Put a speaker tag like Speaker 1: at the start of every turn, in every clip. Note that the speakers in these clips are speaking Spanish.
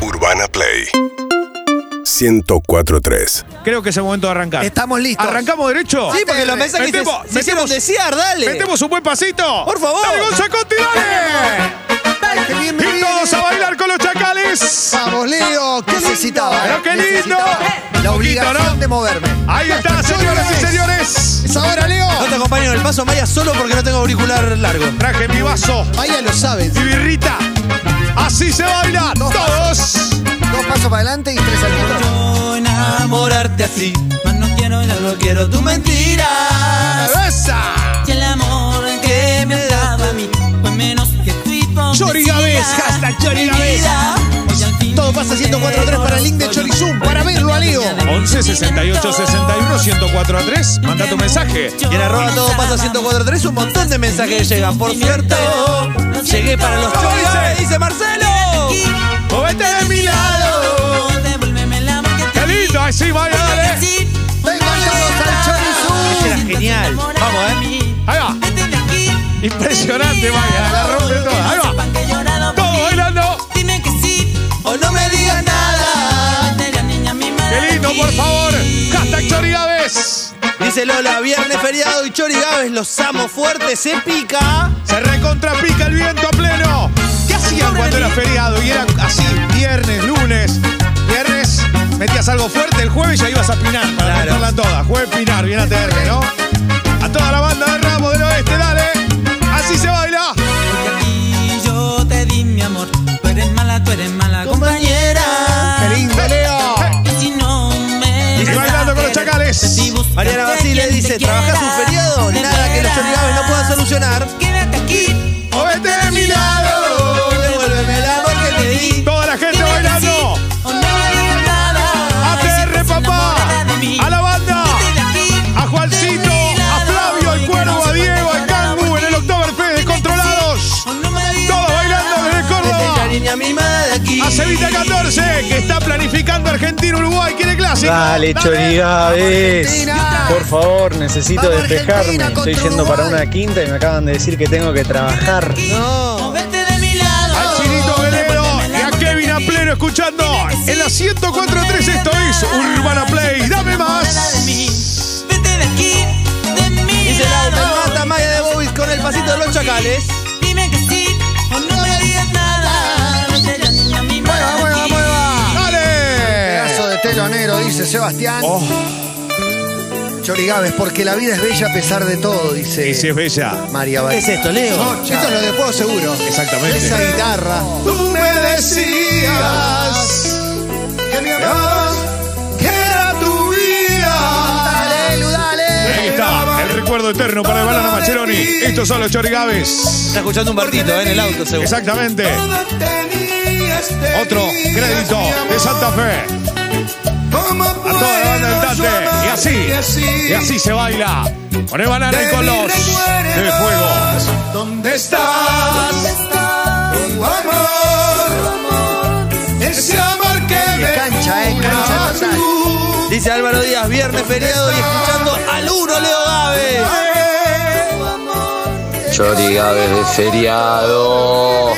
Speaker 1: Urbana Play 1043.
Speaker 2: Creo que es el momento de
Speaker 3: Ah,
Speaker 2: arrancar.
Speaker 4: Estamos listos.
Speaker 2: ¿Arrancamos derecho?
Speaker 4: Sí, porque los mensajes se-
Speaker 2: Metemos-
Speaker 4: se, hicieron
Speaker 2: metemos-
Speaker 4: desear, dale.
Speaker 2: Metemos un buen pasito.
Speaker 4: Por favor.
Speaker 2: Dale, Gonza Conti, dale.
Speaker 4: Dale, que
Speaker 2: Y
Speaker 4: bienvenido.
Speaker 2: todos a bailar con los chacales.
Speaker 4: Vamos, Leo. ¿Qué necesitaba?
Speaker 2: Pero qué lindo.
Speaker 4: Necesitaba La obligación
Speaker 2: Poquito, ¿no?
Speaker 4: de moverme.
Speaker 2: Ahí está, señoras y señores.
Speaker 4: Es ahora, Leo.
Speaker 3: No te acompaño en el paso Maya solo porque no tengo auricular largo.
Speaker 2: Traje mi vaso,
Speaker 4: Vaya, lo saben.
Speaker 2: mi birrita. Así se baila.
Speaker 4: Dos
Speaker 2: Todos.
Speaker 4: Dos pasos para adelante y tres saltitos.
Speaker 3: Quiero enamorarte así, mas no quiero y no quiero tu mentira.
Speaker 2: ¡Esa!
Speaker 3: Y el amor que me has dado a mí fue menos que tu
Speaker 4: Chori Gávez, hashtag Chori Gávez. Todo pasa 104.3 para el link de Chorizum, para verlo a Leo.
Speaker 2: 11 68 61 104 a 3. Manda tu mensaje.
Speaker 3: Y en arroba todo pasa 1043 un montón de mensajes llegan. Por cierto, llegué para los
Speaker 2: ¿Cómo
Speaker 3: Chori
Speaker 2: dice?
Speaker 3: dice Marcelo.
Speaker 2: ¡Movete de mi lado! ¡Qué lindo! Ahí sí, vaya, dale.
Speaker 3: pues
Speaker 4: Vengan todos al Chorizum.
Speaker 3: Era genial. Vamos, eh.
Speaker 2: Ahí va. Impresionante, vaya. La rompe toda. Ahí va. Todo bailando.
Speaker 5: Dime que sí,
Speaker 3: O no me digas nada.
Speaker 5: la niña a mí me
Speaker 2: Qué lindo, por favor. Hashtag Chori Gávez.
Speaker 3: Dice Lola, viernes feriado y Chori Gávez, los amo fuerte, se pica.
Speaker 2: Se recontrapica el viento a pleno. ¿Qué hacían cuando era feriado? Y eran así, viernes, lunes. Viernes, metías algo fuerte el jueves y ya ibas a pinar para
Speaker 3: Claro.
Speaker 2: meterla toda. Jueves pinar, bien ATR, ¿no? A toda la banda de Ramos del Oeste, dale. Así se baila.
Speaker 5: Y yo te di mi amor, tú eres mala, tú eres mala compañera.
Speaker 4: Qué lindo, Leo.
Speaker 5: Y si no me
Speaker 2: Y bailando con los chacales.
Speaker 3: Mariana Basile dice, ¿trabajas un feriado? Nada que los Chori Gávez no puedan solucionar.
Speaker 5: Quédate aquí,
Speaker 2: ¡Movete de mi lado!
Speaker 3: Devuélveme el amor que te di.
Speaker 2: Toda la gente bailando.
Speaker 5: o no me digas nada. Si
Speaker 2: ATR,
Speaker 5: estás
Speaker 2: papá.
Speaker 5: enamorada de mí,
Speaker 2: A la banda.
Speaker 5: quédate aquí.
Speaker 2: Ah. A Juancito, a Flavio, al Cuervo, a Diego, al Cangu en el Oktoberfest de Controlados.
Speaker 5: O no me digas
Speaker 2: Todos bailando desde
Speaker 3: Desde la
Speaker 2: Córdoba.
Speaker 3: niña mimada de aquí.
Speaker 2: A Cevita 14, que está planificando Argentina-Uruguay. ¿Quiere clásico?
Speaker 6: Dale, Chori Gávez. Por favor, necesito
Speaker 4: Vamos,
Speaker 6: despejarme.
Speaker 4: Argentina contra
Speaker 6: Estoy yendo para
Speaker 4: Uruguay.
Speaker 6: una quinta y me acaban de decir que tengo que trabajar.
Speaker 3: No.
Speaker 5: Vete de mi lado.
Speaker 2: Al Chinito Velero y a Kevin a pleno escuchando. En la 104.3 esto es Urbana Play. Dame más.
Speaker 5: Vete de aquí, de mi
Speaker 3: Dice la
Speaker 5: lado.
Speaker 3: automata Maya de Bobis con el pasito de los chacales.
Speaker 5: Dime que sí, o no me digas nada. Vete la niña mimada
Speaker 4: Mueva,
Speaker 5: de
Speaker 4: mueva,
Speaker 5: aquí.
Speaker 4: mueva.
Speaker 2: Dale.
Speaker 4: Pedazo de telonero, dice Sebastián.
Speaker 2: Oh,
Speaker 4: Chori Gávez, porque la vida es bella a pesar de todo, dice
Speaker 2: y si es bella.
Speaker 4: María
Speaker 3: ¿Qué
Speaker 4: Valle.
Speaker 3: es esto, Leo?
Speaker 4: Esto es lo de juego seguro.
Speaker 2: Exactamente.
Speaker 4: Esa guitarra.
Speaker 2: Tú me decías
Speaker 4: Que me amabas.
Speaker 2: que era tu vida.
Speaker 4: Dale, Lu,
Speaker 2: Ahí
Speaker 4: dale.
Speaker 2: está, el recuerdo eterno para el Banana Maccheroni. Estos son los Chorigaves.
Speaker 3: Está escuchando un partito eh, en el auto, seguro.
Speaker 2: Exactamente. Otro crédito de Santa Fe. A toda la banda del Dante. Y así, y así se baila. Con el banana y con los de fuego.
Speaker 7: ¿Dónde estás? Tu amor, ese amor que me
Speaker 4: Cancha, eh, cancha total.
Speaker 3: Dice Álvaro Díaz, viernes feriado y escuchando al uno Leo Gávez.
Speaker 8: Chori Gávez de feriado.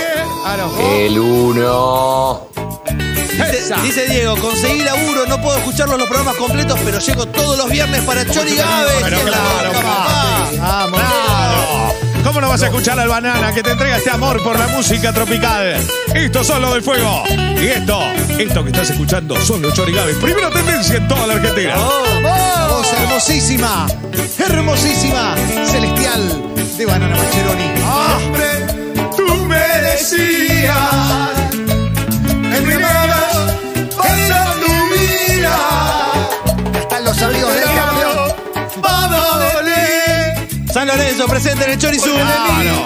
Speaker 8: El 1.
Speaker 3: Dice, dice Diego, conseguí laburo, no puedo escucharlos los programas completos, pero llego todos los viernes para Chori Gávez.
Speaker 2: Pero
Speaker 3: que la
Speaker 2: claro,
Speaker 3: banca,
Speaker 2: pa.
Speaker 3: papá.
Speaker 4: Vamos.
Speaker 2: Claro. ¿Cómo no vas a escuchar al banana que te entrega este amor por la música tropical? Esto son los de fuego. Y esto, esto que estás escuchando son los chorigaves. Primera tendencia en toda la Argentina.
Speaker 4: Voz hermosísima. Hermosísima. Celestial de Banana Macheroni.
Speaker 2: Ah,
Speaker 7: tú me decías que me amabas, esa tu vida,
Speaker 4: Están los amigos del campeón.
Speaker 7: pero va a doler.
Speaker 3: San Lorenzo presente en el Chori Zoom.
Speaker 2: claro.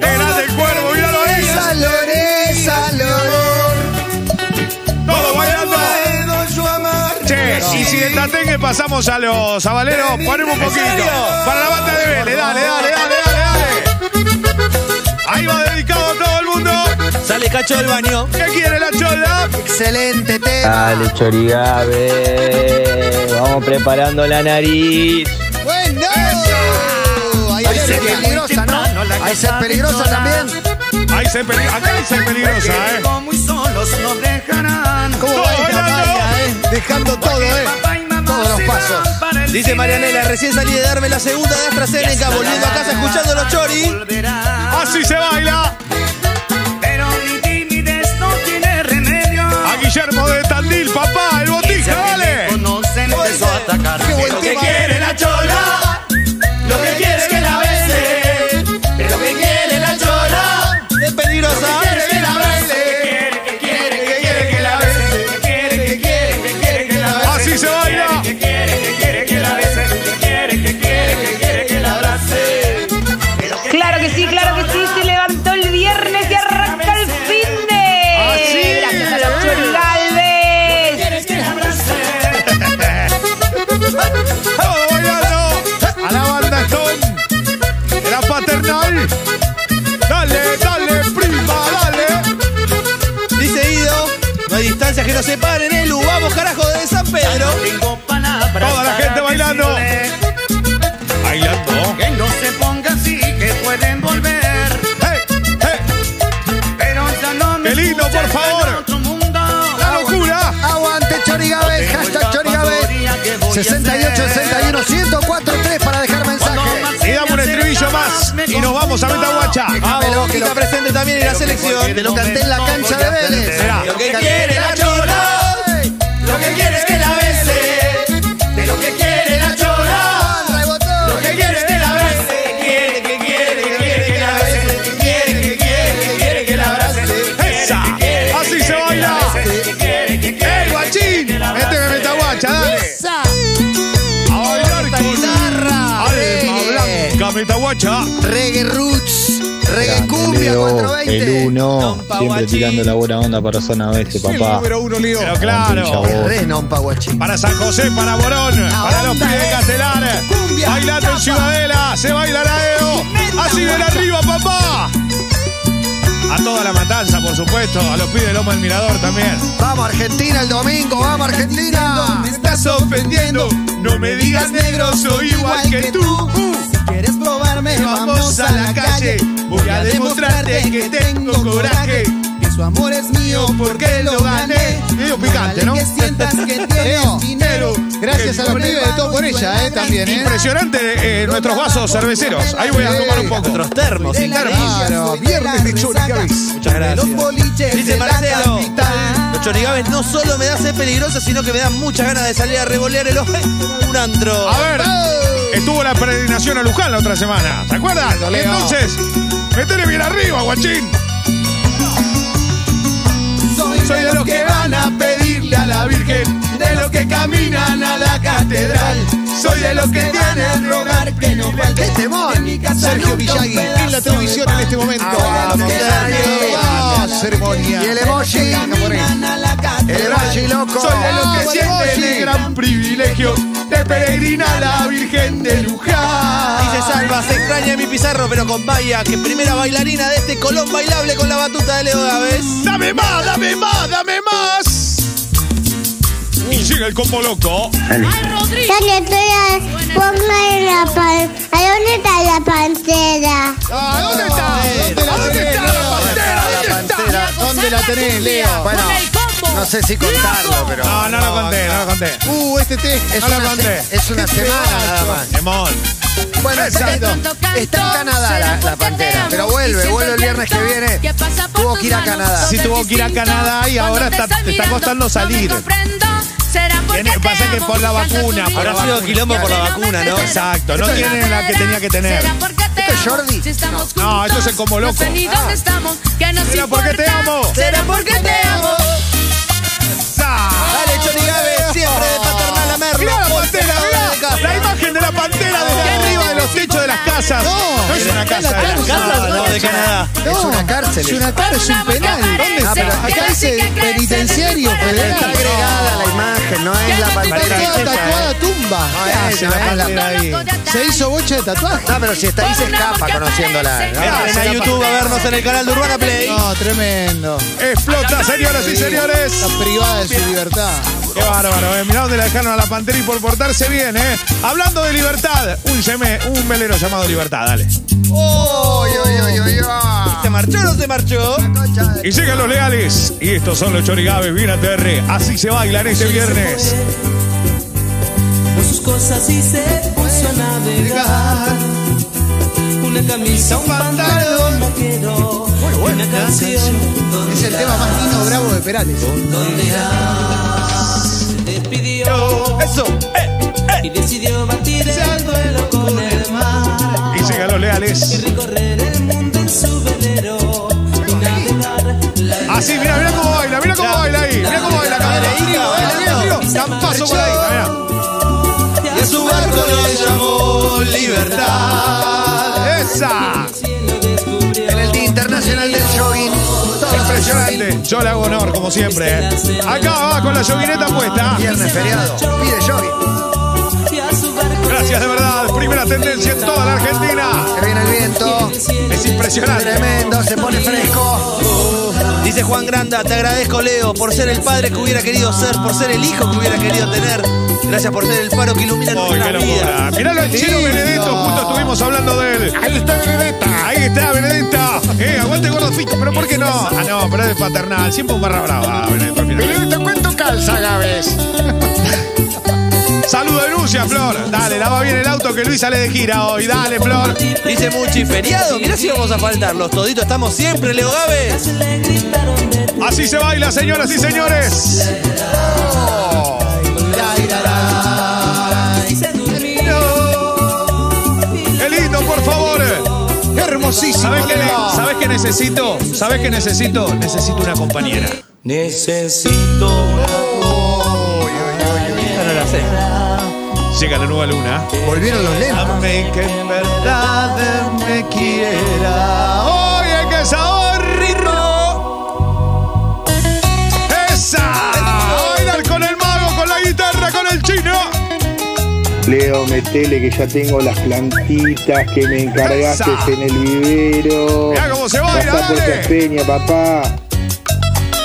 Speaker 2: Era del cuervo, míralo ahí.
Speaker 4: Esa Loresa, Loresa.
Speaker 2: Todo bailando.
Speaker 7: Puedo yo amar.
Speaker 2: Che, y si de Tatengue pasamos a los Avaleros, ponemos un poquito.
Speaker 3: serio?
Speaker 2: Para la banda de Vélez, dale, dale, dale, dale, dale. Ahí va dedicado a todo el mundo.
Speaker 3: Sale Cacho del baño.
Speaker 2: ¿Qué quiere la chola?
Speaker 4: Excelente tema.
Speaker 8: Dale, Chori Gávez. Vamos preparando la nariz.
Speaker 4: Bueno. Ahí hay ser peligrosa, ¿no? Hay ser peligrosa también.
Speaker 2: Ahí se peli- acá hay ser peligrosa, ¿eh?
Speaker 7: Muy solos nos dejarán.
Speaker 3: ¿eh? Dice Marianela, recién salí de darme la segunda de AstraZeneca, volviendo a casa escuchando los chori.
Speaker 2: Así se baila.
Speaker 1: Pero mi timidez no tiene remedio.
Speaker 2: A Guillermo de Tandil, papá, el botija,
Speaker 6: Eh.
Speaker 2: dale.
Speaker 1: Conocen empezó a atacar.
Speaker 4: Qué buen
Speaker 1: Pero
Speaker 3: ¿eh?
Speaker 4: tema.
Speaker 7: quiere la chola, lo que quiere es que la bese. Es lo que quiere la chola,
Speaker 3: Es peligrosa.
Speaker 7: quiere que la bese.
Speaker 1: que quiere, que quiere que la bese. Que quiere, que quiere, que quiere que la bese.
Speaker 2: Así se baila.
Speaker 1: Que quiere, que quiere que la bese. Que quiere, que quiere, que quiere que la abrace.
Speaker 9: Claro que sí, claro que sí, se levantó el viernes y arrancó el fin
Speaker 2: Así
Speaker 9: de. Gracias a los Chori Galvez.
Speaker 2: Todo bailando. A la banda Stone. De la paternal. Dale, dale, prima, dale.
Speaker 3: Dice Ido, no hay distancias que nos separen, Elu. Vamos, carajo, de San Pedro.
Speaker 1: Tengo para
Speaker 2: Toda la gente bailando. Bailando.
Speaker 1: Que no se ponga así, que pueden volver.
Speaker 2: Hey, hey,
Speaker 1: Pero ya no me
Speaker 2: ¡Qué lindo,
Speaker 1: escucha,
Speaker 2: por
Speaker 1: está
Speaker 2: favor!
Speaker 1: en otro mundo.
Speaker 2: la locura.
Speaker 4: Aguante Chori Gávez, hashtag Chori Gávez. 68, 61, 104, 3 para dejar mensaje.
Speaker 2: Y damos un estribillo más. Y nos vamos a Metaguacha.
Speaker 3: Vamos, que está presente también en la selección.
Speaker 4: Que lo canté en la cancha de Vélez.
Speaker 2: Será.
Speaker 3: Lo que
Speaker 4: Canté-
Speaker 3: quiere la chola.
Speaker 7: Lo que quiere es que la bese. De lo que quiere la chola, lo que quiere es que la bese. Que quiere, que quiere, que quiere que la bese. Que quiere, que quiere, que quiere que la abrace.
Speaker 2: Esa. Así se baila. ¡Ey, guachín! Este Méteme Metaguacha, dale. A bailar
Speaker 4: Esta
Speaker 2: con
Speaker 4: guitarra,
Speaker 2: Alma
Speaker 4: reggae.
Speaker 2: Blanca, Metaguacha.
Speaker 4: Reggae Roots, Reggae Cumbia
Speaker 6: el
Speaker 4: 420.
Speaker 6: uno,
Speaker 3: Don Paguachín.
Speaker 6: siempre tirando la buena onda para zona oeste, papá.
Speaker 2: uno, Leo. Pero
Speaker 6: Aguante,
Speaker 2: claro.
Speaker 6: chabón. uno.
Speaker 4: Re non Paguachín.
Speaker 2: Para San José, para Morón, para los
Speaker 4: onda
Speaker 2: pibes de
Speaker 4: es
Speaker 2: Castelar.
Speaker 4: cumbia,
Speaker 2: Bailando en
Speaker 4: chapa.
Speaker 2: Ciudadela, se baila la EO.
Speaker 4: Tremenda
Speaker 2: Así de la
Speaker 4: guacha.
Speaker 2: arriba, papá. A toda la matanza, por supuesto. A los pibes de Loma del Mirador también.
Speaker 4: Vamos Argentina el domingo, vamos Argentina.
Speaker 2: estás ofendiendo. No me digas negro, soy igual que tú.
Speaker 4: Quieres probarme,
Speaker 2: Vamos a la calle, voy a demostrarte que tengo coraje.
Speaker 4: Que su amor es mío porque lo gané.
Speaker 2: Medio picante, ¿no?
Speaker 4: Que sientas que tienes dinero. Gracias a los pibes de todo por ella, eh, también, eh.
Speaker 2: Impresionante eh, nuestros vasos cerveceros. Ahí voy a tomar un poco.
Speaker 3: Nuestros termos, sin termos.
Speaker 4: Claro, viernes de Chori Gávez.
Speaker 3: Muchas gracias. Dice
Speaker 4: Dice
Speaker 3: Marcelo,
Speaker 4: Marcelo.
Speaker 3: los chorigabes no solo me da ser peligroso, sino que me dan muchas ganas de salir a revolear el ojo en un antro.
Speaker 2: A ver, estuvo la peregrinación a Luján la otra semana, ¿se acuerdan?
Speaker 4: Leo.
Speaker 2: Entonces, metele bien arriba, guachín.
Speaker 7: Soy de los que van a pedirle a la Virgen, de los que caminan a la catedral. Soy de los que tienen rogar que no falte.
Speaker 4: ¡Qué
Speaker 3: Este
Speaker 4: temón! Sergio Villagui en la televisión en este momento.
Speaker 7: Aguante, Sergio.
Speaker 4: ¡Vamos, ceremonia! Y el emoji. El emoji, loco.
Speaker 2: Soy de los que
Speaker 4: Vamos,
Speaker 2: sienten
Speaker 4: emoji.
Speaker 2: el gran privilegio de peregrinar a la Virgen de Luján.
Speaker 3: Dice Salva, se extraña mi pizarro, pero con Bahía, que primera bailarina de este Colón bailable con la batuta de Leo Gávez.
Speaker 2: ¡Dame más, dame más, dame más! Y llega el combo loco.
Speaker 10: Ya que estoy a ponga en la pan. ¿A dónde está la pantera?
Speaker 2: Ah, ¿Dónde está? ¿Dónde la- ¿Dónde está la pantera? ¿Dónde está?
Speaker 4: ¿Dónde la tenés, Leo? Bueno, no sé si contarlo, pero...
Speaker 2: No, no lo conté, no lo conté.
Speaker 4: Ah, Uh, este test es,
Speaker 2: No la
Speaker 4: una, se-
Speaker 2: conté.
Speaker 4: es una semana nada más.
Speaker 2: Demón.
Speaker 4: Este Bueno, está, está en Canadá la, la Pantera, pero vuelve, vuelve el viernes que viene. Tuvo que ir a Canadá.
Speaker 2: Sí, tuvo que ir a Canadá y ahora está, te está costando salir. Tiene- pasa que por la vacuna. por
Speaker 3: Habrá
Speaker 2: la
Speaker 3: sido
Speaker 2: vacuna.
Speaker 3: quilombo por la vacuna, ¿no?
Speaker 2: Exacto, no tiene la que tenía que tener.
Speaker 10: ¿Esto
Speaker 4: es Jordi?
Speaker 2: No, esto es el como loco. Mira, ¿por qué te amo?
Speaker 3: Será porque te amo. Dale, Chori Gávez, siempre de paternal a Merlo.
Speaker 2: Mirá la
Speaker 3: por
Speaker 2: pantera,
Speaker 3: favor, de
Speaker 2: mirá.
Speaker 3: casa.
Speaker 2: La imagen de la pantera desde arriba de los techos de las casas.
Speaker 4: No,
Speaker 2: No es una
Speaker 4: está en la
Speaker 2: casa.
Speaker 3: Las
Speaker 2: ¿eh?
Speaker 3: casas no, de Canadá.
Speaker 4: es una cárcel. Es una cárcel, es un penal. ¿Dónde ah, pero acá dice penitenciario
Speaker 10: Está
Speaker 4: agregada la imagen, no es la pantera. Está toda tatuada tumba. No es,
Speaker 2: esa
Speaker 4: no es la
Speaker 2: pantera ahí.
Speaker 4: Se hizo bocha de tatuaje. No, pero si está ahí se escapa conociéndola.
Speaker 3: Entren a YouTube a vernos en el canal de Urbana Play.
Speaker 4: No, tremendo.
Speaker 2: Explota, señoras y señores.
Speaker 4: Está privada de su libertad.
Speaker 2: Qué bárbaro, eh. Mirá dónde la dejaron a la pantera y por portarse bien, ¿eh? Hablando de libertad, un, yeme- un velero llamado Libertad, dale.
Speaker 4: ¡Oy, oy, oy, oy,
Speaker 3: ¿Se marchó o no se marchó?
Speaker 2: Y llegan los leales. Y estos son los chorigaves, bien ATR. Así se bailan este viernes.
Speaker 5: Por sus cosas y se puso a navegar. Una camisa, un pantalón, no quiero. una canción.
Speaker 4: Es el tema más Nino Bravo de Perales.
Speaker 5: despidió
Speaker 4: Eso.
Speaker 5: y decidió batir el duelo con el mar
Speaker 2: Y llegan los
Speaker 5: y
Speaker 2: leales.
Speaker 5: recorrer el mundo en su velero y navegar la
Speaker 2: Así, mira, mira cómo baila, mira cómo baila ahí. Mira cómo baila, Camila. Mira, mira, Campazo por ahí. Mira.
Speaker 3: Y a su barco le llamó Libertad.
Speaker 2: ¡Esa!
Speaker 5: cielo descubrió
Speaker 3: En el Día Internacional del Jogging.
Speaker 2: Impresionante. Yo le hago honor, como siempre. ¿eh? Acá va con la llovineta puesta.
Speaker 3: Viernes feriado. Pide jogging.
Speaker 5: y a su barco
Speaker 2: Gracias de verdad. Primera tendencia en toda la Argentina.
Speaker 3: Se viene el viento.
Speaker 2: Es impresionante.
Speaker 3: Tremendo, se pone fresco. Dice Juan Granda, te agradezco Leo por ser el padre que hubiera querido ser, por ser el hijo que hubiera querido tener. Gracias por ser el faro que ilumina
Speaker 2: Oh,
Speaker 3: nuestra
Speaker 2: qué locura.
Speaker 3: vida.
Speaker 2: Mirá lo del chino Benedetto, justo estuvimos hablando de él. Ahí está Benedetta. Ahí está Benedetta. Eh, aguante gordofito, pero ¿por qué no? Ah, no, pero es de paternal. Siempre un barra brava, Benedetto. al final.
Speaker 7: ¿Cuánto calza, Gávez?
Speaker 2: Saluda Lucia, Flor. Dale, lava bien el auto que Luis sale de gira hoy. Dale, Flor.
Speaker 3: Dice Muchi, feriado, mirá si vamos a faltar, los toditos estamos siempre, Leo Gávez.
Speaker 5: le gritaron de
Speaker 2: Así se baila, señoras y señores. Oh.
Speaker 5: y se durmió
Speaker 2: ¡Qué lindo, por favor!
Speaker 4: Qué hermosísimo.
Speaker 2: ¿Sabes qué, ne-
Speaker 4: Leo.
Speaker 2: sabés qué necesito? ¿Sabes qué necesito? Necesito una compañera.
Speaker 3: Necesito no la sé.
Speaker 2: Llega la nueva luna.
Speaker 4: Volvieron los lentes.
Speaker 2: Dame que en verdad me quiera. ¡Oye, qué sabor rico! ¡Esa! A bailar con el mago, con la guitarra, con el chino.
Speaker 6: Leo, metele que ya tengo las plantitas que me encargaste
Speaker 2: Esa.
Speaker 6: en el vivero.
Speaker 2: Mirá cómo se baila,
Speaker 6: Pasá por
Speaker 2: dale.
Speaker 6: Peña, papá.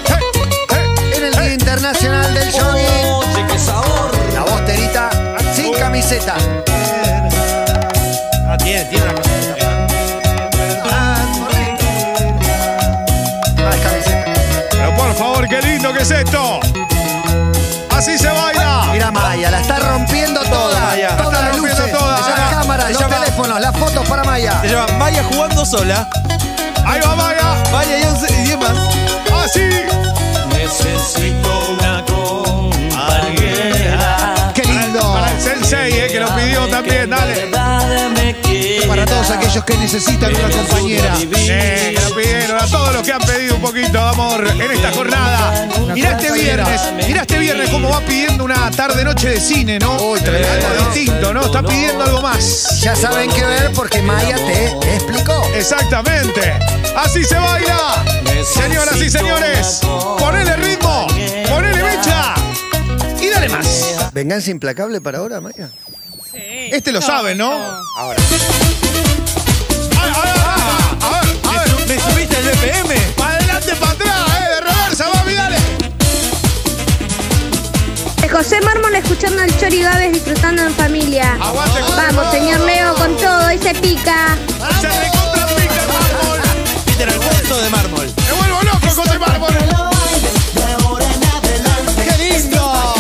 Speaker 2: ¡Hey, hey!
Speaker 4: En el Día Internacional del Jogging.
Speaker 5: oye qué sabor
Speaker 4: La bosterita sin camiseta.
Speaker 3: Ah, tiene, tiene una
Speaker 4: Ah, No es camiseta.
Speaker 2: Pero por favor, qué lindo que es esto. Así se baila.
Speaker 4: Mira Maya, la está rompiendo toda.
Speaker 3: Maya.
Speaker 4: Todas
Speaker 2: La está
Speaker 4: las
Speaker 2: rompiendo
Speaker 4: luces,
Speaker 2: toda.
Speaker 4: las
Speaker 2: Maya.
Speaker 4: cámaras,
Speaker 3: Se
Speaker 4: los
Speaker 3: llama-
Speaker 4: teléfonos, las fotos para Maya.
Speaker 3: Se llama Maya jugando sola.
Speaker 2: Ahí va, Maga.
Speaker 3: Maya y 11 y 10 más.
Speaker 2: Así.
Speaker 4: Qué lindo.
Speaker 2: Para el sensei, eh, que lo pidió también, dale.
Speaker 4: Para todos aquellos que necesitan una compañera.
Speaker 2: Eh, que lo pidieron a todos los que han pedido un poquito, amor, en esta jornada. Mirá este viernes, mirá este viernes cómo va pidiendo una tarde-noche de cine, ¿no?
Speaker 4: Uy, tremendo.
Speaker 2: Algo distinto, ¿no? Está pidiendo algo más.
Speaker 4: Ya saben qué ver porque Maya te, te explicó.
Speaker 2: Exactamente. Así se baila. Señoras y señores, ponele ritmo, ponele mecha y dale más.
Speaker 4: ¿Venganza implacable para ahora, Maya?
Speaker 2: Este lo sabe, ¿no? Ahora. A ver, a ver, a ver.
Speaker 3: ¿Me subiste el BPM?
Speaker 2: Para adelante, para atrás, eh, de reversa, mami, dale.
Speaker 10: José Mármol escuchando al Chori Gávez disfrutando en familia.
Speaker 2: Aguante, José
Speaker 10: Vamos, señor Leo, con todo, y se pica.
Speaker 2: Se recontra pica el mármol.
Speaker 3: Viste el almuerzo de mármol.
Speaker 2: Me vuelvo loco con el mármol.
Speaker 4: ¡Qué lindo!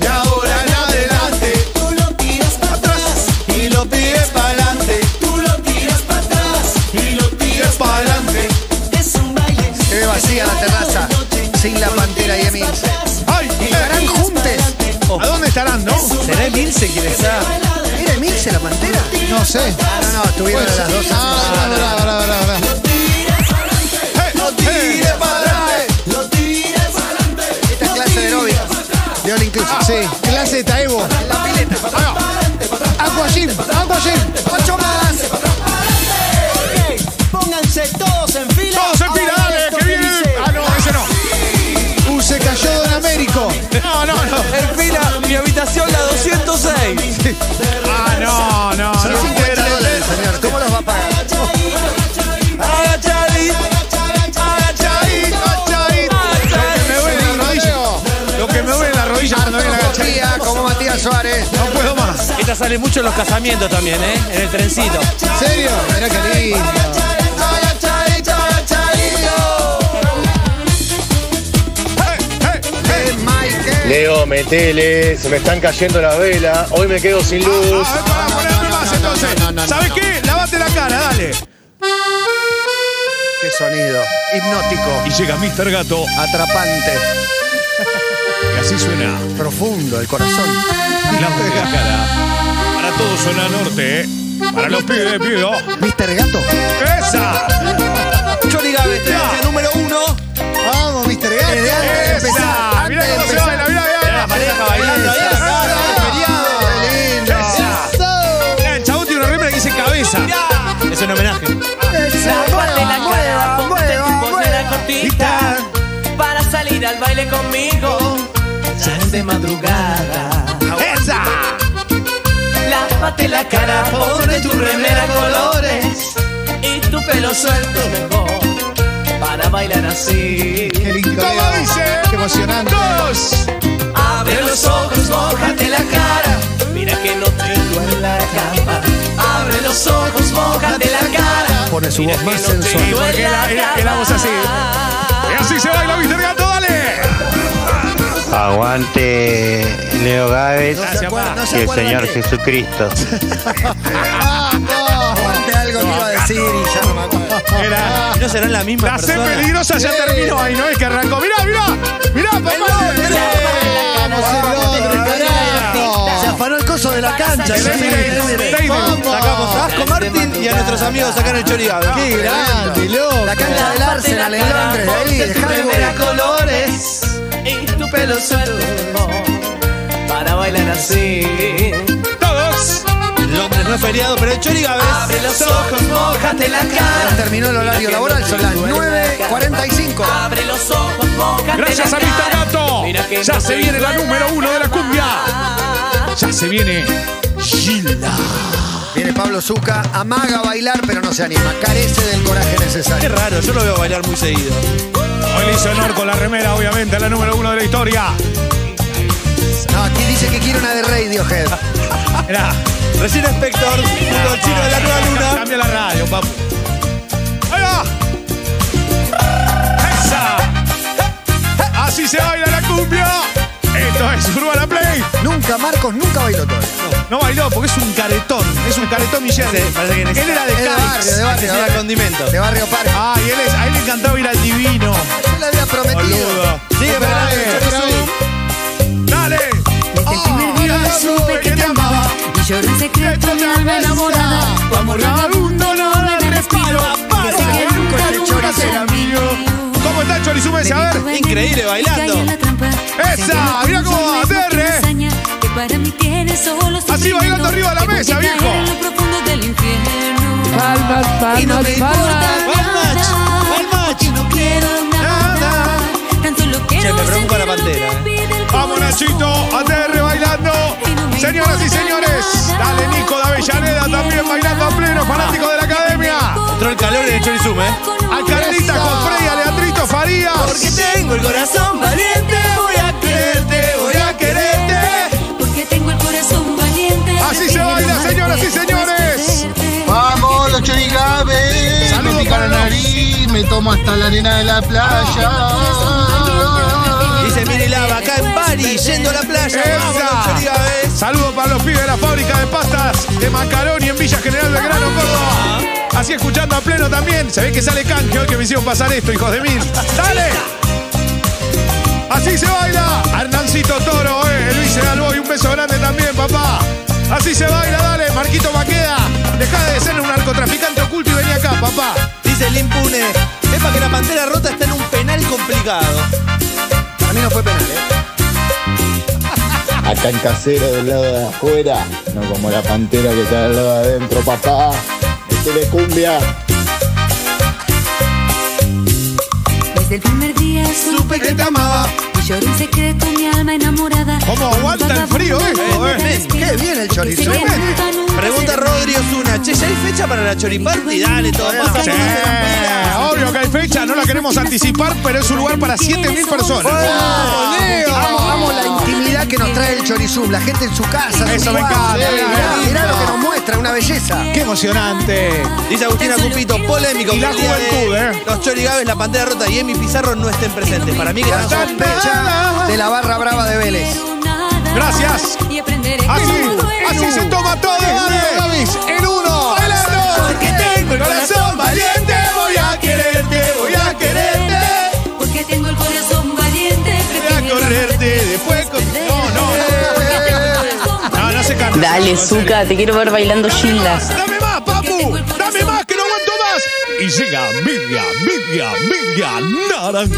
Speaker 3: De ahora en adelante. Tú lo tiras para atrás y lo pides para adelante. Tú lo tiras para atrás y lo tiras para adelante.
Speaker 4: Se ve vacía la terraza. Sin la pantera y Emil.
Speaker 2: Ay,
Speaker 4: ¿Estarán
Speaker 2: eh,
Speaker 4: juntes?
Speaker 2: ¿a dónde estarán, no?
Speaker 3: ¿Será Emilce quien está?
Speaker 4: ¿Era Emilce la pantera? No sé. No, no, estuvieron a las dos.
Speaker 2: Ah, no, no, no, no, no, no. Eh, eh.
Speaker 4: Esta clase de novia. De All Inclusive. Sí, clase de Taebo. La pileta. Aqua Gym, Aqua Gym. Ocho más.
Speaker 7: Pónganse todos en fila.
Speaker 2: Todos en fila, dale, que viene. Ah, no, ese no.
Speaker 4: Uh, se cayó Don Américo.
Speaker 2: No, no, no.
Speaker 3: En fila, mi habitación la 206.
Speaker 2: Ah, no, no,
Speaker 4: Son
Speaker 2: no.
Speaker 4: 50 dólares, señor. ¿Cómo los va a pagar?
Speaker 3: Agachadito, agachadito,
Speaker 2: Agachadito, agachadito. Me duele la rodilla. Lo que me duele la rodilla cuando viene la
Speaker 4: Como
Speaker 2: agachadita.
Speaker 4: Pía, como Matías Suárez.
Speaker 2: No puedo más.
Speaker 3: Esta sale mucho en los casamientos también, ¿eh? En el trencito.
Speaker 4: ¿En serio? Mirá qué lindo.
Speaker 2: Eh, eh, eh.
Speaker 4: Michael.
Speaker 11: Leo, metele, se me están cayendo las velas, hoy me quedo
Speaker 6: Ah,
Speaker 11: sin
Speaker 2: Ah,
Speaker 11: luz.
Speaker 2: ¿Sabes qué? Lavate la cara, dale.
Speaker 4: Qué sonido. Hipnótico.
Speaker 2: Y llega Mr. Gato.
Speaker 4: Atrapante.
Speaker 2: Y así suena.
Speaker 4: Profundo, el corazón.
Speaker 2: Lávate la cara. Para todos suena norte, ¿eh? Para los pibes, pido.
Speaker 4: Mister Gato.
Speaker 2: ¡Esa!
Speaker 7: Johnny Gávez, tendencia número uno.
Speaker 4: Vamos, Mister Gato.
Speaker 7: Desde antes de empezar.
Speaker 2: ¡Esa!
Speaker 4: antes
Speaker 2: Mirá
Speaker 4: de
Speaker 2: cómo se
Speaker 4: empezar.
Speaker 2: baila, mirá, mirá.
Speaker 7: La pareja bailando ahí acá, el feriado.
Speaker 4: Qué lindo.
Speaker 2: Mirá, Eh, El chabón tiene una remera que dice cabeza.
Speaker 3: Es un homenaje.
Speaker 5: Lávate la cara,
Speaker 4: Mueva,
Speaker 5: ponte
Speaker 4: mueva,
Speaker 5: tu pollera
Speaker 4: mueva.
Speaker 5: cortita para salir al baile conmigo. Ya es de madrugada.
Speaker 2: ¡Esa!
Speaker 5: Lávate la cara, ponte tu remera a colores y tu pelo suelto mejor para bailar así.
Speaker 4: Qué lindo.
Speaker 2: ¿Cómo
Speaker 4: Leo.
Speaker 2: dice?
Speaker 4: Qué emocionante.
Speaker 2: ¡Dos!
Speaker 5: Abre los ojos, mojate la cara. Mira que no te duele la cama. Abre los ojos, mojate la cara.
Speaker 4: Pone su voz más
Speaker 2: Y
Speaker 4: sensual.
Speaker 2: porque la, era- era voz así. Y así se baila, Mr. Gato, dale.
Speaker 6: ah.
Speaker 11: Aguante, Leo Gávez
Speaker 4: No se acuerda, no
Speaker 11: y
Speaker 4: se
Speaker 11: el
Speaker 4: acuerda
Speaker 11: Señor
Speaker 4: qué.
Speaker 11: Jesucristo.
Speaker 4: Aguante algo que iba a decir y ya no me acuerdo.
Speaker 2: Era.
Speaker 3: ¿Y no serán la misma
Speaker 2: La C
Speaker 3: persona?
Speaker 2: peligrosa ya
Speaker 4: Sí.
Speaker 2: terminó ahí, no es que arrancó. Mirá, mirá. Mirá, papá.
Speaker 4: Vamos, el otro, carajo. Se afanó el coso de la cancha.
Speaker 2: El
Speaker 4: sí.
Speaker 2: Emirates Stadium.
Speaker 3: Sacamos a Asco Martin y a nuestros amigos sacaron el Johnny Gávez.
Speaker 4: Qué grande, loco. La cancha
Speaker 5: Lávate
Speaker 4: del
Speaker 5: la
Speaker 4: Arsenal en
Speaker 5: cara,
Speaker 4: Londres, ahí,
Speaker 5: ponte
Speaker 4: el
Speaker 5: tu
Speaker 4: Highbury.
Speaker 5: remera a colores y tu pelo suelto mejor para bailar así.
Speaker 2: Todos.
Speaker 3: Londres no es feriado, pero el Johnny
Speaker 5: Abre
Speaker 3: Gávez.
Speaker 5: los ojos, mojate la cara.
Speaker 4: Terminó el horario laboral, son las 9.45.
Speaker 5: Abre los ojos, mojate
Speaker 2: Gracias
Speaker 5: la
Speaker 2: a Mr.
Speaker 5: cara.
Speaker 2: Gato.
Speaker 5: Mira que
Speaker 2: Ya
Speaker 5: no
Speaker 2: se
Speaker 5: te
Speaker 2: viene la
Speaker 5: duele
Speaker 2: número uno de la cumbia.
Speaker 5: cama.
Speaker 2: Ya se viene Gilda.
Speaker 4: Viene Pablo Zuca, amaga a bailar, pero no se anima. Carece del coraje
Speaker 3: Qué
Speaker 4: necesario.
Speaker 3: raro, yo lo veo bailar muy seguido.
Speaker 2: Hoy le hizo honor con la remera, obviamente, la número uno de la historia.
Speaker 4: No, aquí dice que quiere una de Radiohead.
Speaker 2: Mirá.
Speaker 3: Recién Spector, junto al chino de la nueva luna.
Speaker 2: Cambia la radio, papu. ¡Ahí va! ¡Esa! Así se baila la cumbia. Esto es Urbana Play.
Speaker 4: Nunca, Marcos, nunca bailó todavía.
Speaker 2: No bailó porque es un caretón. Es un caretón
Speaker 3: Sí,
Speaker 2: Miguel.
Speaker 3: parece que
Speaker 2: Él era de
Speaker 4: Es de barrio, de
Speaker 2: Cádiz.
Speaker 4: barrio.
Speaker 3: Necesita
Speaker 4: de barrio.
Speaker 3: condimento.
Speaker 4: De barrio Parque.
Speaker 2: Ay, él es, a él le encantaba ir al divino.
Speaker 4: Yo le había prometido.
Speaker 2: Boludo.
Speaker 3: Sigue para
Speaker 4: Dale,
Speaker 3: el Johnny Gávez.
Speaker 2: ¡Dale! Ah,
Speaker 12: El primer día supe que te amaba Y yo en secreto mi alma enamorada Tu amor vagabundo no me dio respiro Desde que nunca, nunca será mío
Speaker 2: ¿Cómo está Chorizumes? A ver.
Speaker 3: increíble bailando.
Speaker 2: ¡Esa! Mirá cómo va, TR.
Speaker 12: Así bailando arriba de la mesa, viejo Palmas, palmas, y no me importa
Speaker 3: palmas.
Speaker 12: nada,
Speaker 3: Palmas,
Speaker 12: y
Speaker 3: palmas.
Speaker 12: no quiero nada,
Speaker 2: Nada.
Speaker 12: Tan solo quiero
Speaker 3: Che, me bronco a la
Speaker 12: sentir lo que
Speaker 3: pantera, eh.
Speaker 12: pide el
Speaker 2: Vamos Nachito,
Speaker 12: corazón.
Speaker 2: ATR bailando. Señoras y señores, dale Nico de Avellaneda también bailando a pleno, fanático de la academia.
Speaker 3: Entró el calor en el Johnny Zoom, eh.
Speaker 2: A Carlita Cofrey, a Leandrito
Speaker 5: Porque
Speaker 2: Farías.
Speaker 5: tengo el corazón valiente, voy a quererte, voy a quererte.
Speaker 12: Porque tengo el corazón valiente.
Speaker 2: Así se baila, señoras y señores.
Speaker 12: Vamos, los
Speaker 2: Saludos me pica la para los-
Speaker 4: nariz, me tomo hasta la arena de la
Speaker 3: Ah,
Speaker 4: playa.
Speaker 3: Dice Mire Lava, acá en París, yendo a la playa. Vamos,
Speaker 2: Esa.
Speaker 3: Johnny Gávez.
Speaker 2: Saludos para los pibes de la fábrica de pastas de Macarón y en Villa General Belgrano, Córdoba. Así escuchando a pleno también. Se ve que sale canje hoy que me hicieron pasar esto, hijos de mil. ¡Dale! Así se baila. A Hernancito Toro, eh. Luis Albo y un beso grande también, papá. Así se baila, dale. Marquito Maqueda. Deja de ser un narcotraficante oculto y vení acá, papá.
Speaker 3: Dice el impune. Es para que la pantera rota está en un penal complicado.
Speaker 4: A mí no fue penal, ¿eh?
Speaker 11: Acá en casero del lado de afuera, no como la pantera que está del lado de adentro, papá. Este cumbia.
Speaker 12: Desde el primer día
Speaker 3: Supe que te amaba.
Speaker 12: Y lloro en secreto mi alma enamorada.
Speaker 2: ¿Cómo aguanta el frío esto, eh?
Speaker 4: Qué bien el chorizo, eh.
Speaker 3: Pregunta Rodri Osuna, che, ¿ya hay fecha para la choriparty? Dale, todo pasa.
Speaker 2: Sí, obvio que hay fecha, no la queremos anticipar, pero es un lugar para 7.000 personas.
Speaker 4: Amo, amo la intimidad que nos trae el chorizum, la gente en su casa. en
Speaker 2: Eso
Speaker 4: su
Speaker 2: me
Speaker 4: cuarto.
Speaker 2: encanta,
Speaker 4: Mirá,
Speaker 2: mirá,
Speaker 4: mirá lo que nos muestra una belleza.
Speaker 2: ¡Qué emocionante!
Speaker 3: Dice Agustina Cupito, polémico.
Speaker 2: Y la
Speaker 3: por el día de
Speaker 2: juventud, ¿eh?
Speaker 3: Los Chorigaves, la Pantera Rota y Emi Pizarro no estén presentes. Para mí que
Speaker 4: La
Speaker 3: ganó
Speaker 4: sospecha de la barra brava de Vélez.
Speaker 2: Gracias.
Speaker 12: Y aprenderé
Speaker 2: Así,
Speaker 12: que no puedo.
Speaker 2: así se toma todo, dale.
Speaker 4: Davis, en uno.
Speaker 7: Bailando, porque tengo el corazón valiente, voy a quererte, voy a quererte,
Speaker 12: Porque tengo el corazón valiente,
Speaker 7: voy a
Speaker 12: prefiero
Speaker 7: correrte después con... No, no.
Speaker 2: No, no se canta.
Speaker 13: Dale, Zuka, te quiero ver bailando Gildas.
Speaker 2: ¡Dame más, papu! ¡Dame más, que no aguanto más! Y llega media, media, media naranja.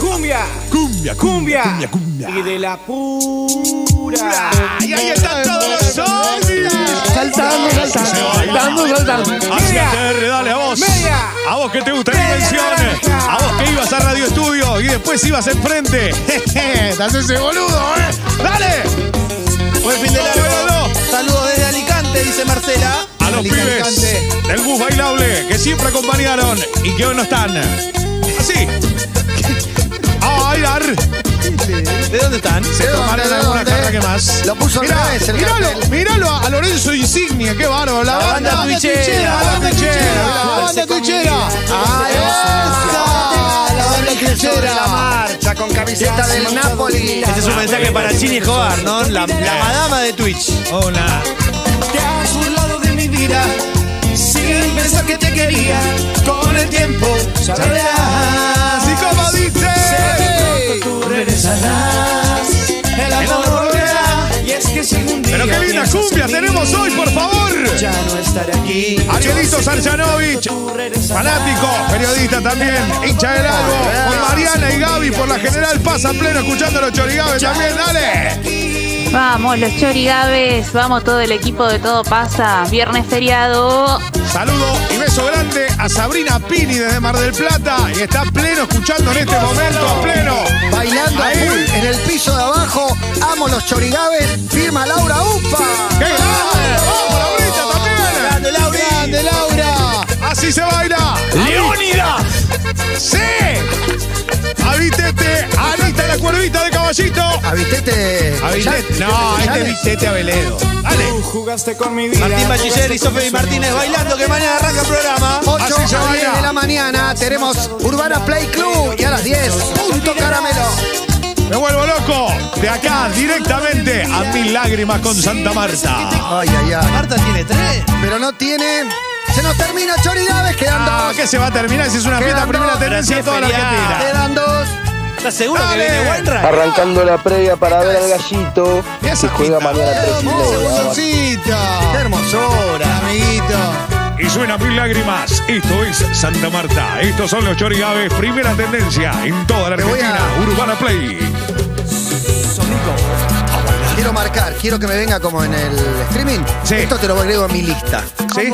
Speaker 7: Cumbia,
Speaker 2: Cumbia, cumbia, cumbia, cumbia.
Speaker 7: y de la pura.
Speaker 2: Y ahí están todos los zombies.
Speaker 4: Saltando, saltando, saltando, saltando.
Speaker 2: Hacia TR, dale a vos.
Speaker 7: Media.
Speaker 2: A vos que te gustan invenciones. A vos que ibas a Radio Estudio y después ibas enfrente.
Speaker 4: Estás ese boludo, ¿eh?
Speaker 2: ¡Dale!
Speaker 3: Buen fin de largo. Saludos desde Alicante, dice Marcela.
Speaker 2: A los pibes del bus bailable que siempre acompañaron y que hoy no están. Así. A bailar.
Speaker 3: ¿De dónde están?
Speaker 2: Se tomaron
Speaker 4: dónde,
Speaker 2: alguna
Speaker 4: dónde?
Speaker 2: carta que más.
Speaker 4: Lo puso al
Speaker 2: Mirá,
Speaker 4: revés, el
Speaker 2: miralo,
Speaker 4: cartel.
Speaker 2: miralo a a Lorenzo Insignia, qué bárbaro. La,
Speaker 3: banda tuichera,
Speaker 2: La banda tuichera.
Speaker 4: La banda tuichera. ¡Ahí está! La banda
Speaker 3: La
Speaker 4: tuichera.
Speaker 3: marcha con
Speaker 4: Camiseta del Napoli.
Speaker 3: Este es un mensaje para Chini Escobar, ¿no? La, la madama de Twitch.
Speaker 2: Hola.
Speaker 7: Te has burlado de mi vida sin pensar que te quería. Con el tiempo sabrás.
Speaker 2: Así como dice.
Speaker 7: Tú regresarás. El amor volverá. Y es que si un día
Speaker 2: Pero qué linda
Speaker 7: piensas en
Speaker 2: cumbia
Speaker 7: mí,
Speaker 2: tenemos hoy, por favor.
Speaker 7: Ya no estaré aquí.
Speaker 2: Angelito Sarjanovich, fanático, periodista también, hincha del lago, con Mariana y Gaby por la general pasan pleno escuchando los chorigaves también, dale.
Speaker 13: Vamos, los chorigaves, vamos todo el equipo de Todo Pasa. Viernes feriado.
Speaker 2: Saludo y beso grande a Sabrina Pini desde Mar del Plata y está pleno escuchando en este momento, a pleno.
Speaker 4: Bailando a
Speaker 2: Ahí.
Speaker 4: full en el piso de abajo. Amo los chorigaves. Firma Laura
Speaker 2: ¡Qué
Speaker 4: Upa.
Speaker 2: grande! ¡Vamos, Laurita, también!
Speaker 3: ¡Grande, Lauri!
Speaker 4: ¡Grande, Laura!
Speaker 2: ¡Así se baila!
Speaker 7: ¡Leónida!
Speaker 2: ¡Sí! Avitete, Anita la cuervita de caballito.
Speaker 4: Ah, Avistete.
Speaker 2: Avitete. Ah, No, este es Vitete Aveledo. Dale.
Speaker 7: Tú jugaste con mi vida.
Speaker 3: Martín Bachiller
Speaker 7: jugaste
Speaker 3: y
Speaker 7: con
Speaker 3: Sofi
Speaker 7: mis
Speaker 3: Martínez bailando, que mañana arranca el programa.
Speaker 4: 8
Speaker 2: Así se
Speaker 4: a
Speaker 2: baila.
Speaker 4: 10 de la mañana tenemos Urbana Play Club y a las 10, punto caramelo.
Speaker 2: Me vuelvo loco. De acá directamente a Mil Lágrimas con Santa Marta.
Speaker 4: Ay, ay, ay.
Speaker 3: Marta tiene tres.
Speaker 4: Pero no tiene. Se nos termina Chorigaves, quedan
Speaker 2: Ah,
Speaker 4: dos.
Speaker 2: que se va a terminar si es una fiesta
Speaker 4: Quedan
Speaker 2: primera
Speaker 4: dos.
Speaker 2: tenencia en toda la
Speaker 3: Gracias,
Speaker 2: Argentina.
Speaker 4: Quedan dos.
Speaker 3: ¿Estás seguro que
Speaker 2: Dale.
Speaker 3: viene buen rack?
Speaker 6: Arrancando la previa para ver al gallito
Speaker 2: Y esa
Speaker 6: que juega
Speaker 2: pinta.
Speaker 6: mañana a 3 y media.
Speaker 4: Qué hermosura, amiguito.
Speaker 2: Y suena Mil Lágrimas. Esto es Santa Marta. Estos son los Chorigaves, primera tendencia en toda la
Speaker 4: Te voy
Speaker 2: Argentina.
Speaker 4: a-
Speaker 2: Urbana Play.
Speaker 4: Quiero marcar, quiero que me venga como en el streaming.
Speaker 2: Sí.
Speaker 4: Esto te lo agrego a mi lista.
Speaker 2: ¿Sí?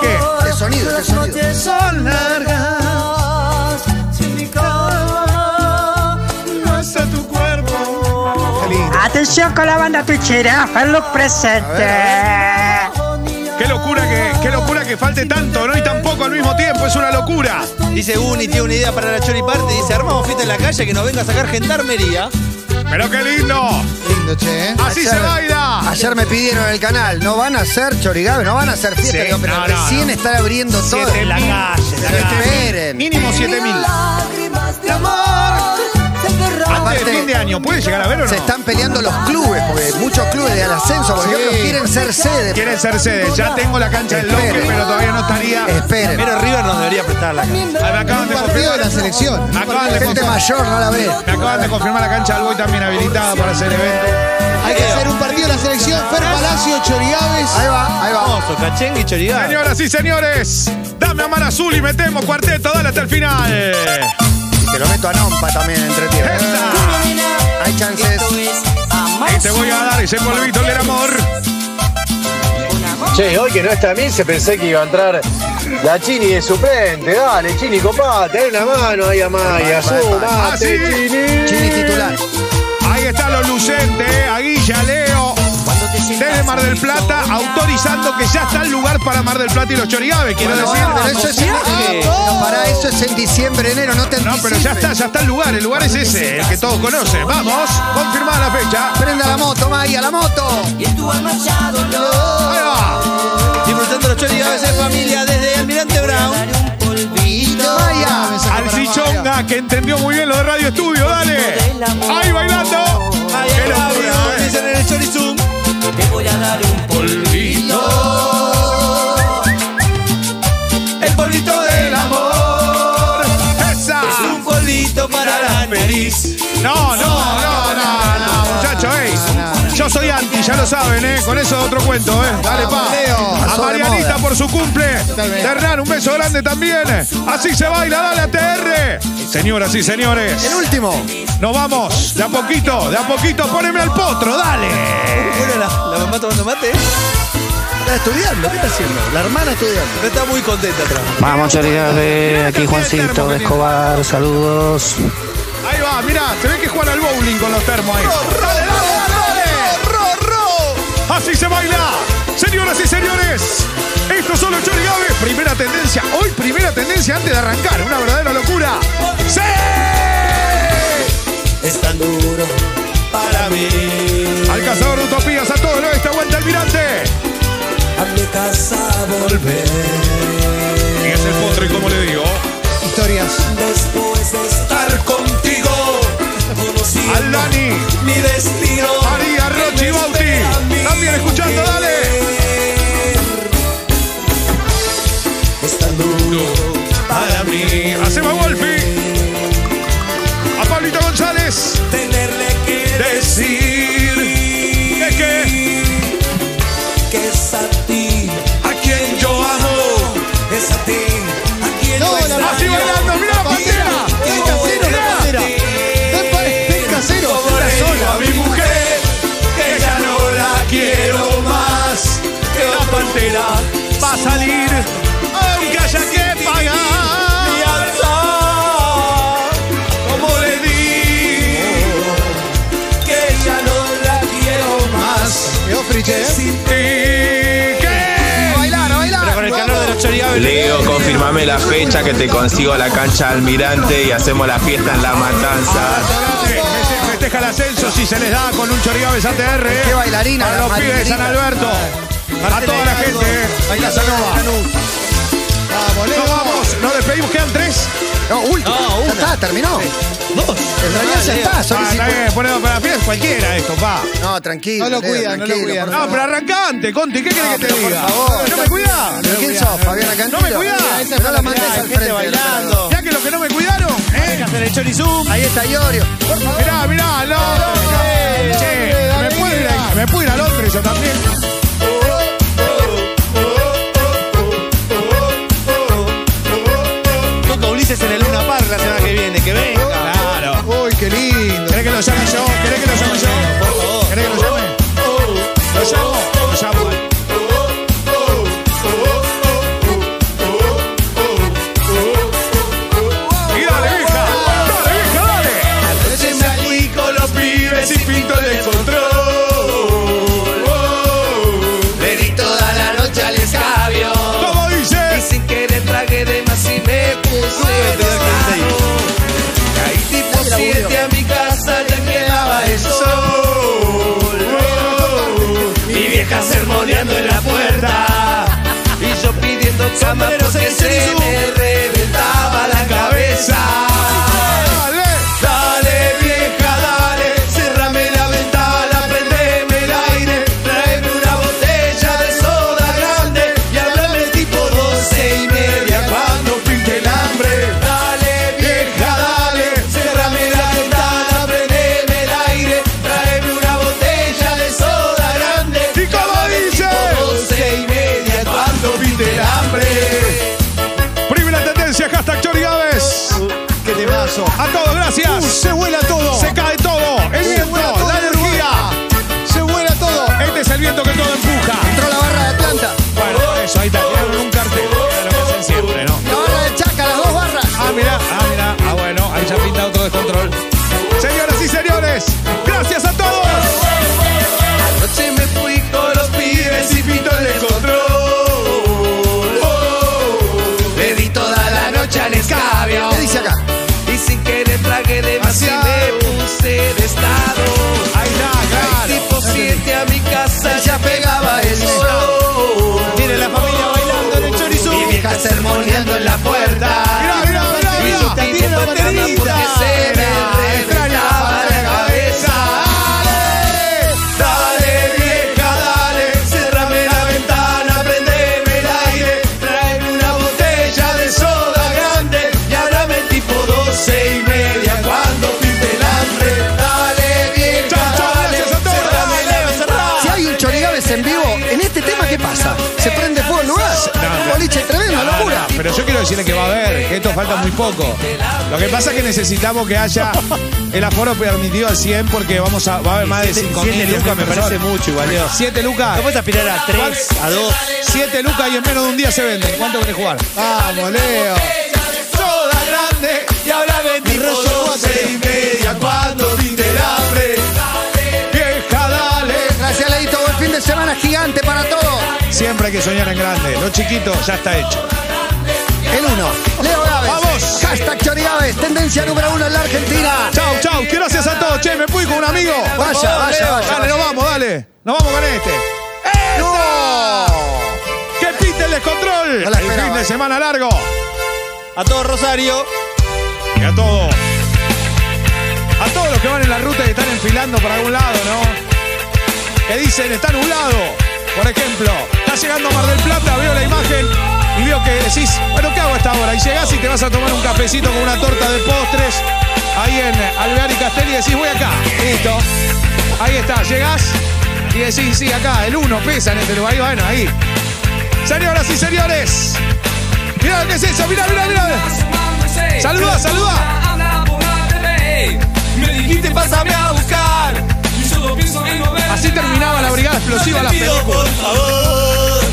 Speaker 2: ¿Qué?
Speaker 4: De sonido, de sonido.
Speaker 7: noches son largas. Si mi cama no está tu cuerpo.
Speaker 14: Atención con la banda tuchera, Ferlux presente.
Speaker 2: Qué locura que, qué locura que falte tanto, ¿no? Y tampoco al mismo tiempo, es una locura.
Speaker 3: Dice Uni, tiene una idea para la Chori Party. Dice, armamos fiesta en la calle que nos venga a sacar gendarmería.
Speaker 2: Pero qué lindo.
Speaker 4: Lindo, che. ¿eh?
Speaker 2: Así se baila.
Speaker 4: Ayer me pidieron en el canal, no van a hacer chorigabe, no van a hacer fiesta,
Speaker 2: Sí,
Speaker 4: Digo, pero
Speaker 2: no, no,
Speaker 4: recién
Speaker 2: no.
Speaker 4: están abriendo todo.
Speaker 2: Siete mil.
Speaker 4: la calle. Esperen.
Speaker 2: Mínimo 7000.
Speaker 7: Lágrimas de amor. se derraman.
Speaker 2: Antes de fin de año, ¿puede llegar a ver o no?
Speaker 4: Se están peleando los clubes, porque muchos clubes del ascenso, por ejemplo, quieren ser sede.
Speaker 2: Quieren ser sede. Ya tengo la cancha del Loque,
Speaker 4: Esperen.
Speaker 2: pero todavía no estaría.
Speaker 4: Esperen.
Speaker 3: Pero River nos debería prestar la calle.
Speaker 2: Ah, me acaban de confirmar. Me acaban de
Speaker 4: Gente
Speaker 2: confirmar.
Speaker 4: mayor no la ve.
Speaker 2: Me acaban de confirmar la cancha del Boy también habilitada para hacer evento.
Speaker 3: Hay que hacer un
Speaker 4: partido de la selección, Fer Palacio, Chorigaves. Ahí va, ahí
Speaker 2: Oh.
Speaker 4: va.
Speaker 3: famoso, cachengue y chorigá.
Speaker 2: Señoras y señores, dame a mano azul y metemos cuarteto, dale hasta el final.
Speaker 4: Y te lo meto a Nompa también entre tiempo.
Speaker 2: Esta.
Speaker 4: Hay chances.
Speaker 2: Y te voy a dar ese polvito del amor.
Speaker 6: Che, hoy que no está bien, se pensé que iba a entrar la Chini de suplente. Dale, Chini, copá, ten una mano ahí a Maya.
Speaker 2: Ah, sí.
Speaker 6: Sumate, Chini.
Speaker 4: Chini titular.
Speaker 2: Ahí están los lucentes, eh, a Guilla, Leo. desde Mar del Plata, autorizando que ya está el lugar para Mar del Plata y los chorigabes. Quiero
Speaker 4: Bueno,
Speaker 2: decir.
Speaker 4: bueno, pero eso es en- No, pará, eso es en diciembre, enero, no te
Speaker 2: Ah, No, pero ya está, ya está el lugar. El lugar es ese, el que todos conocen. Vamos, confirmada la fecha.
Speaker 4: Prenda la moto, May, a la moto.
Speaker 2: Ahí va.
Speaker 3: Disfrutando los chorigabes en familia desde Almirante Brown.
Speaker 2: Al Sichonga, que entendió muy bien lo de Radio Estudio, dale. Ahí bailando. Qué locura, eh.
Speaker 3: Dicen en el chorizum. Te voy a dar un polvito. El polvito del amor.
Speaker 2: ¡Esa!
Speaker 3: Es un polvito para la feliz.
Speaker 2: No, no, no, no, no, muchachos, ey. Yo soy anti, ya lo saben, ¿eh? Con eso otro cuento, ¿eh? Dale, pa.
Speaker 4: Vamos, Leo.
Speaker 2: A
Speaker 4: Pasó de
Speaker 2: Marianita
Speaker 4: moda.
Speaker 2: por su cumple. De Hernán, un beso grande también. Así se baila, dale ATR. Señoras y señores.
Speaker 4: El último.
Speaker 2: Nos vamos, de a poquito, de a poquito, poneme al potro, dale.
Speaker 3: Bueno, la, la mamá tomando mate.
Speaker 4: Está estudiando, ¿qué está haciendo? La hermana estudiando.
Speaker 3: Pero está muy contenta atrás.
Speaker 15: Vamos, Chorigabe, aquí Juancito de Escobar, saludos.
Speaker 2: Ahí va, mirá, se ve que juegan al bowling con los termos ahí. Así se baila, señoras y señores. Estos son los chorigaves. Primera tendencia, hoy primera tendencia antes de arrancar. Una verdadera locura. ¡Sí!
Speaker 3: Es tan duro para mí.
Speaker 2: Al cazador de utopías, a todo el oeste, aguanta almirante.
Speaker 3: A mi casa volver.
Speaker 2: Y es el potro, y como le digo,
Speaker 4: Historias.
Speaker 3: Después de estar contigo, conocí
Speaker 2: al Dani,
Speaker 3: mi destino.
Speaker 2: María, Rochi, Bauti. También escuchando, dale.
Speaker 3: Es tan duro para mí
Speaker 2: Hacemos golpe. A Pablito González.
Speaker 3: tenerle que
Speaker 2: decir que, que
Speaker 3: que es a ti
Speaker 2: a quien yo amo.
Speaker 3: es a ti a quien
Speaker 4: No,
Speaker 3: yo
Speaker 4: la
Speaker 3: extraño.
Speaker 2: Así bailando, mira la pantera.
Speaker 4: Es casero, la bandera. Es pa- es casero.
Speaker 3: Como le
Speaker 4: Está
Speaker 3: digo a
Speaker 4: sola.
Speaker 3: mi mujer que ya no la quiero más que la pantera
Speaker 2: Va a salir, aunque haya que pagar.
Speaker 3: y alzar como le digo que ya no la quiero más
Speaker 4: Quedó friche, ¿eh?
Speaker 3: sin
Speaker 2: ¿Y qué?
Speaker 4: A bailar, a bailar. Vamos.
Speaker 16: Leo, confirmame la fecha que te consigo la cancha Almirante y hacemos la fiesta en La Matanza.
Speaker 2: Feste- Festeja el ascenso si se les da con un chorigabe ATR. eh.
Speaker 4: Qué bailarina,
Speaker 2: Para
Speaker 4: la
Speaker 2: los pibes de San
Speaker 4: bailarina.
Speaker 2: Alberto. A toda la gente. eh.
Speaker 4: Baila
Speaker 2: Casanova.
Speaker 4: Casanova. Vamos, Leo.
Speaker 2: Nos vamos, nos despedimos, quedan tres.
Speaker 4: No, último. ya está, terminó.
Speaker 3: dos
Speaker 4: En realidad ya está. son
Speaker 2: Ah, está
Speaker 4: 50.
Speaker 2: bien, ponelo para la fiesta, cualquiera esto, pa.
Speaker 4: No, tranquilo.
Speaker 11: No lo
Speaker 4: Leo,
Speaker 11: cuidan, no lo
Speaker 4: tranquilo,
Speaker 11: cuidan.
Speaker 4: por
Speaker 2: No,
Speaker 4: favor.
Speaker 2: pero arranca antes, Conti, ¿qué querés que te
Speaker 4: por
Speaker 2: diga?
Speaker 4: favor.
Speaker 2: No me cuidá.
Speaker 4: ¿Pero quién sos, Fabián Acantillo?
Speaker 2: No me cuidás.
Speaker 4: Pero no la mandes al frente.
Speaker 3: bailando
Speaker 2: Ya que los que no me cuidaron, ¿eh?
Speaker 3: hacer el chorizum
Speaker 4: Ahí está Iorio. Por favor.
Speaker 2: Mirá, mirá, no. Che, me puedo ir a- me puedo ir a Londres yo también.
Speaker 3: toca Ulises en el Luna Park la semana que viene que venga
Speaker 2: Claro.
Speaker 4: Uy, qué lindo.
Speaker 2: ¿Querés que lo llame yo? ¿Querés que lo llame yo? ¿Querés que lo llame? Lo llamo, lo llamo. Y dale, vieja. Dale, vieja, dale.
Speaker 3: Anoche salí con los pibes y pinto el descontrol. Le di toda la noche al escabio.
Speaker 2: ¿Cómo
Speaker 3: Y
Speaker 2: dices?
Speaker 3: sin querer tragué de más y me puse pesado. Caí tipo
Speaker 4: Ahí laburo.
Speaker 3: siete a mi casa, ya quedaba el sol. Mi vieja sermoneando en la puerta. Y yo pidiendo cama porque se me reventaba la cabeza.
Speaker 2: Dale.
Speaker 3: Dale vieja, dale, cerrame la ventana, prendeme el aire, tráeme una botella de soda grande y háblame tipo doce y media cuando pinte el hambre. Dale vieja, dale, cerrame la ventana, prendeme el aire, tráeme una botella de soda grande
Speaker 2: ¿Y cómo
Speaker 3: háblame
Speaker 2: dice?
Speaker 3: tipo doce y media cuando pinte el hambre.
Speaker 2: Primera tendencia, hashtag Chori Gávez.
Speaker 4: Qué temazo.
Speaker 2: A todos, gracias.
Speaker 4: Uh, se vuela todo.
Speaker 2: Se cae todo. El
Speaker 4: Se
Speaker 2: viento,
Speaker 4: vuela todo,
Speaker 2: Eh, la energía.
Speaker 4: Se vuela todo.
Speaker 2: Este es el viento que todo empuja.
Speaker 4: Entró la barra de Atlanta.
Speaker 2: Bueno, por eso, ahí está. Tiraron un cartel. Era lo que hacen siempre, ¿no?
Speaker 4: La barra de Chaca, las dos barras.
Speaker 2: Ah, mirá, ah, mirá. Ah, bueno, ahí ya pinta otro descontrol. Señoras y señores, gracias a todos.
Speaker 3: Anoche me fui con Oh. porque se me reventaba la cabeza. Dale, dale vieja, dale, cerrame la ventana, prendeme el aire, tráeme una botella de soda grande y háblame tipo doce y media cuando pinte el hambre. Dale vieja, dale, cerrame la
Speaker 4: Si hay un Chorigaves en vivo, en este tema, ¿qué pasa? ¿Se prende fuego el lugar? Un boliche tremendo,
Speaker 2: No,
Speaker 4: locura.
Speaker 2: no, pero yo quiero decirle que va a haber, que esto falta muy poco. Lo que pasa es que necesitamos que haya el aforo permitido al 100 porque vamos a, va a haber más de
Speaker 5: Siete-
Speaker 2: 5
Speaker 5: siete
Speaker 2: mil
Speaker 5: lucas
Speaker 2: lucas, me
Speaker 5: me
Speaker 2: parece
Speaker 5: parece mucho igual, Leo.
Speaker 2: 7 lucas.
Speaker 5: No puedes aspirar a tres, a dos.
Speaker 2: 7 lucas y en menos de un día se venden. ¿Cuánto querés jugar?
Speaker 4: Vamos, Leo.
Speaker 3: Soda grande y háblame tipo doce y media cuando pinte el hambre.
Speaker 2: Vieja, dale.
Speaker 4: Gracias, Leito. Buen fin de semana gigante para todos.
Speaker 2: Siempre hay que soñar en grande. Lo chiquito ya está hecho.
Speaker 4: El uno. Leo Gávez. Vamos. Hashtag Chorigaves, tendencia número uno en la Argentina.
Speaker 2: Chau, chau. Gracias a todos. Che, me fui con un amigo.
Speaker 4: Vaya, vaya, vaya.
Speaker 2: Dale, nos vamos, dale. Nos vamos con este. ¡Eso! ¡Que pite el descontrol!
Speaker 5: No
Speaker 2: el
Speaker 5: la
Speaker 2: fin
Speaker 5: esperaba,
Speaker 2: de
Speaker 5: eh.
Speaker 2: semana largo.
Speaker 5: A todo Rosario.
Speaker 2: Y a todos. A todos los que van en la ruta y están enfilando para algún lado, ¿no? Que dicen, está nublado. Por ejemplo, está llegando a Mar del Plata, veo la imagen y veo que decís, bueno, ¿qué hago a esta hora? Y llegás y te vas a tomar un cafecito con una torta de postres ahí en Alvear y Castel y decís, voy acá. Listo. Ahí está, llegás y decís, sí, acá, el uno pesa en este lugar. Y bueno, ahí. Señoras y señores, mirá lo que es eso, mirá, mirá, mirá. Saluda, saluda.
Speaker 5: Me dijiste pásame a buscar. Y solo pienso en no ver.
Speaker 2: Así terminaba la brigada explosiva la
Speaker 5: Te pido,
Speaker 2: película.
Speaker 5: por favor.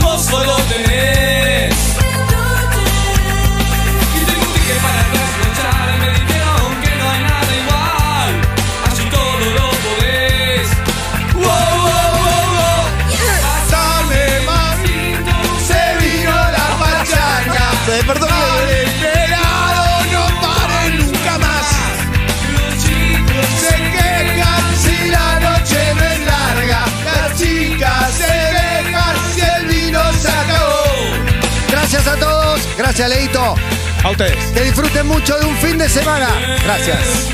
Speaker 5: Vos solo tenés. Y tengo un ticket para trasnochar. Me dijeron que no hay nada igual. Así todo lo podés. Wow, wow, wow, wow. Pásame más.
Speaker 3: Se vino la pachanga.
Speaker 5: Se
Speaker 2: Eh,
Speaker 5: despertó
Speaker 3: Mal esperado, no pare nunca más. Se quejan si la noche no es larga. Las chicas se dejan si el vino se acabó.
Speaker 4: Gracias a todos. Gracias, Leito.
Speaker 2: A ustedes.
Speaker 4: Que disfruten mucho de un fin de semana. Gracias.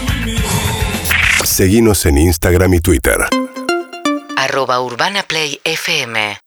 Speaker 1: Seguinos en Instagram y Twitter.
Speaker 17: Arroba Urbana Play FM